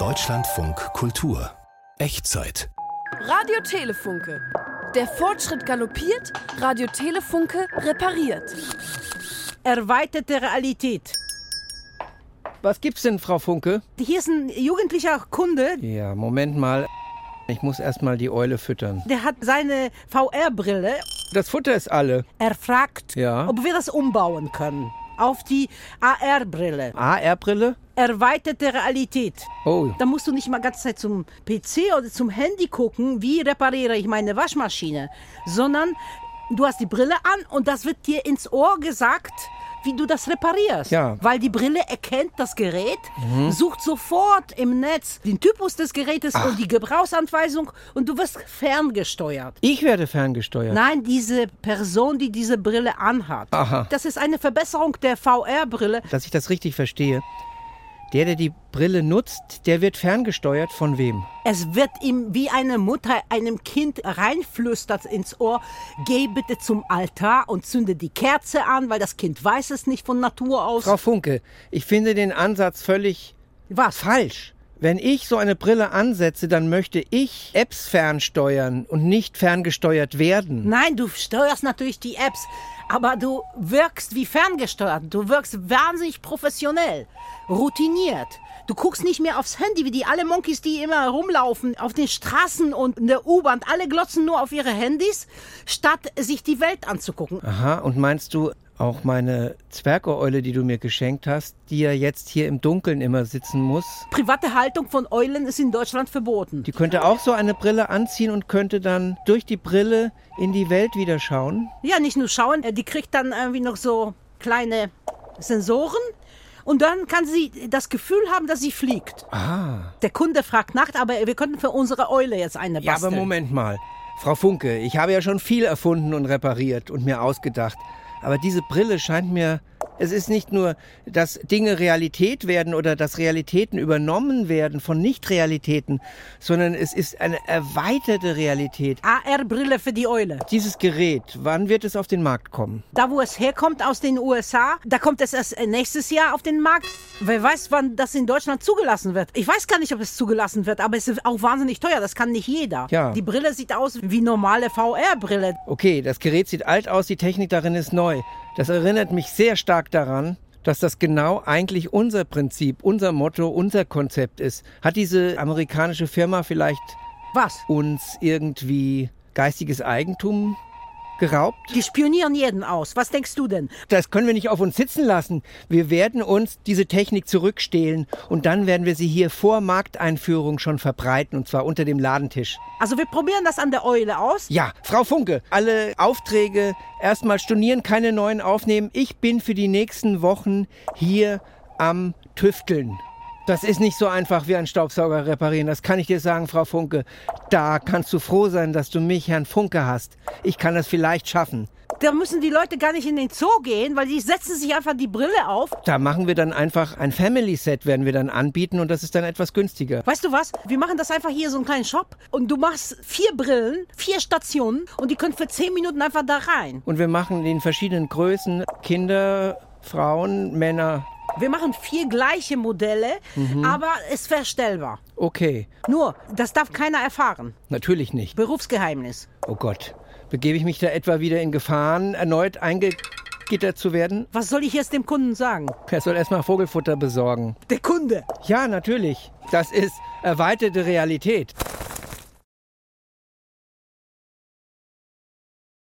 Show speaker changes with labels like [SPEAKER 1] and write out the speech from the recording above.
[SPEAKER 1] Deutschlandfunk Kultur. Echtzeit.
[SPEAKER 2] Radio Telefunke. Der Fortschritt galoppiert, Radio Telefunke repariert.
[SPEAKER 3] Erweiterte Realität.
[SPEAKER 4] Was gibt's denn, Frau Funke?
[SPEAKER 3] Hier ist ein jugendlicher Kunde,
[SPEAKER 4] Ja, Moment mal. Ich muss erst mal die Eule füttern.
[SPEAKER 3] der hat seine VR-Brille.
[SPEAKER 4] Das Futter ist alle.
[SPEAKER 3] Er fragt,
[SPEAKER 4] Ja.
[SPEAKER 3] ob wir das umbauen können auf die AR-Brille.
[SPEAKER 4] AR-Brille?
[SPEAKER 3] Erweiterte Realität.
[SPEAKER 4] Oh,
[SPEAKER 3] Da musst du nicht mal ganze Zeit zum PC oder zum Handy gucken, wie repariere ich meine Waschmaschine, sondern du hast die Brille an und das wird dir ins Ohr gesagt, wie du das reparierst.
[SPEAKER 4] Ja. Mhm.
[SPEAKER 3] Weil die Brille erkennt das Gerät, sucht sofort im Netz den Typus des Gerätes und die Gebrauchsanweisung und du wirst ferngesteuert.
[SPEAKER 4] ich werde ferngesteuert.
[SPEAKER 3] Nein, diese Person, die diese Brille anhat.
[SPEAKER 4] Aha.
[SPEAKER 3] Das ist eine Verbesserung der VR-Brille.
[SPEAKER 4] Dass ich das richtig verstehe. Der, der die Brille nutzt, der wird ferngesteuert von wem?
[SPEAKER 3] Es wird ihm wie eine Mutter einem Kind reinflüstert ins Ohr, geh bitte zum Altar und zünde die Kerze an, weil das Kind weiß es nicht von Natur aus.
[SPEAKER 4] Frau Funke, ich finde den Ansatz völlig
[SPEAKER 3] Was?
[SPEAKER 4] falsch. Wenn ich so eine Brille ansetze, dann möchte ich Apps fernsteuern und nicht ferngesteuert werden.
[SPEAKER 3] Nein, du steuerst natürlich die Apps, aber du wirkst wie ferngesteuert. Du wirkst wahnsinnig professionell, routiniert. Du guckst nicht mehr aufs Handy, wie die alle Monkeys, die immer herumlaufen auf den Straßen und in der U-Bahn. Alle glotzen nur auf ihre Handys, statt sich die Welt anzugucken.
[SPEAKER 4] Aha, und meinst du auch meine Zwergeule, die du mir geschenkt hast, die ja jetzt hier im Dunkeln immer sitzen muss,
[SPEAKER 3] Private Haltung von Eulen ist in Deutschland verboten.
[SPEAKER 4] die könnte auch so eine Brille anziehen und könnte dann durch die Brille in die Welt wieder schauen?
[SPEAKER 3] Ja, nicht nur schauen, äh, die kriegt dann irgendwie noch so kleine Sensoren und dann kann sie das Gefühl haben, dass sie fliegt.
[SPEAKER 4] Ah.
[SPEAKER 3] Der Kunde fragt nach, aber wir könnten für unsere Eule jetzt eine
[SPEAKER 4] Ja,
[SPEAKER 3] basteln.
[SPEAKER 4] aber Moment mal. Frau Funke, ich habe ja schon viel erfunden und repariert und mir ausgedacht. Aber diese Brille scheint mir. Es ist nicht nur, dass Dinge Realität werden oder dass Realitäten übernommen werden von Nichtrealitäten, sondern es ist eine erweiterte Realität.
[SPEAKER 3] AR-Brille für die Eule.
[SPEAKER 4] Dieses Gerät, wann wird es auf den Markt kommen?
[SPEAKER 3] Da, wo es herkommt aus den USA, da kommt es erst äh, nächstes Jahr auf den Markt. Wer weiß, wann das in Deutschland zugelassen wird. Ich weiß gar nicht, ob es zugelassen wird, aber es ist auch wahnsinnig teuer. Das kann nicht jeder.
[SPEAKER 4] Ja.
[SPEAKER 3] Die Brille sieht aus wie normale VR-Brille.
[SPEAKER 4] Okay, das Gerät sieht alt aus, die Technik darin ist neu. Das erinnert mich sehr stark daran, dass das genau eigentlich unser Prinzip, unser Motto, unser Konzept ist. Hat diese amerikanische Firma vielleicht
[SPEAKER 3] Was?
[SPEAKER 4] uns irgendwie geistiges Eigentum geraubt?
[SPEAKER 3] Die spionieren jeden aus. Was denkst du denn?
[SPEAKER 4] Das können wir nicht auf uns sitzen lassen. Wir werden uns diese Technik zurückstehlen und dann werden wir sie hier vor Markteinführung schon verbreiten und zwar unter dem Ladentisch.
[SPEAKER 3] Also wir probieren das an der Eule aus.
[SPEAKER 4] Ja, Frau Funke, alle Aufträge erstmal stornieren, keine neuen aufnehmen. Ich bin für die nächsten Wochen hier am Tüfteln. Das ist nicht so einfach wie ein Staubsauger reparieren, das kann ich dir sagen, Frau Funke. Da kannst du froh sein, dass du mich, Herrn Funke, hast. Ich kann das vielleicht schaffen.
[SPEAKER 3] Da müssen die Leute gar nicht in den Zoo gehen, weil die setzen sich einfach die Brille auf.
[SPEAKER 4] Da machen wir dann einfach ein Family-Set, werden wir dann anbieten und das ist dann etwas günstiger.
[SPEAKER 3] Weißt du was? Wir machen das einfach hier so einen kleinen Shop und du machst vier Brillen, vier Stationen und die können für zehn Minuten einfach da rein.
[SPEAKER 4] Und wir machen in verschiedenen Größen Kinder, Frauen, Männer.
[SPEAKER 3] Wir machen vier gleiche Modelle, aber ist verstellbar.
[SPEAKER 4] Okay,
[SPEAKER 3] Nur, das darf keiner erfahren.
[SPEAKER 4] natürlich nicht.
[SPEAKER 3] Berufsgeheimnis.
[SPEAKER 4] Oh Gott, begebe ich mich da etwa wieder in Gefahren, erneut eingegittert zu werden?
[SPEAKER 3] Was soll ich jetzt dem Kunden sagen?
[SPEAKER 4] Er soll erstmal Vogelfutter besorgen.
[SPEAKER 3] Der Kunde.
[SPEAKER 4] Ja, natürlich. Das ist erweiterte Realität.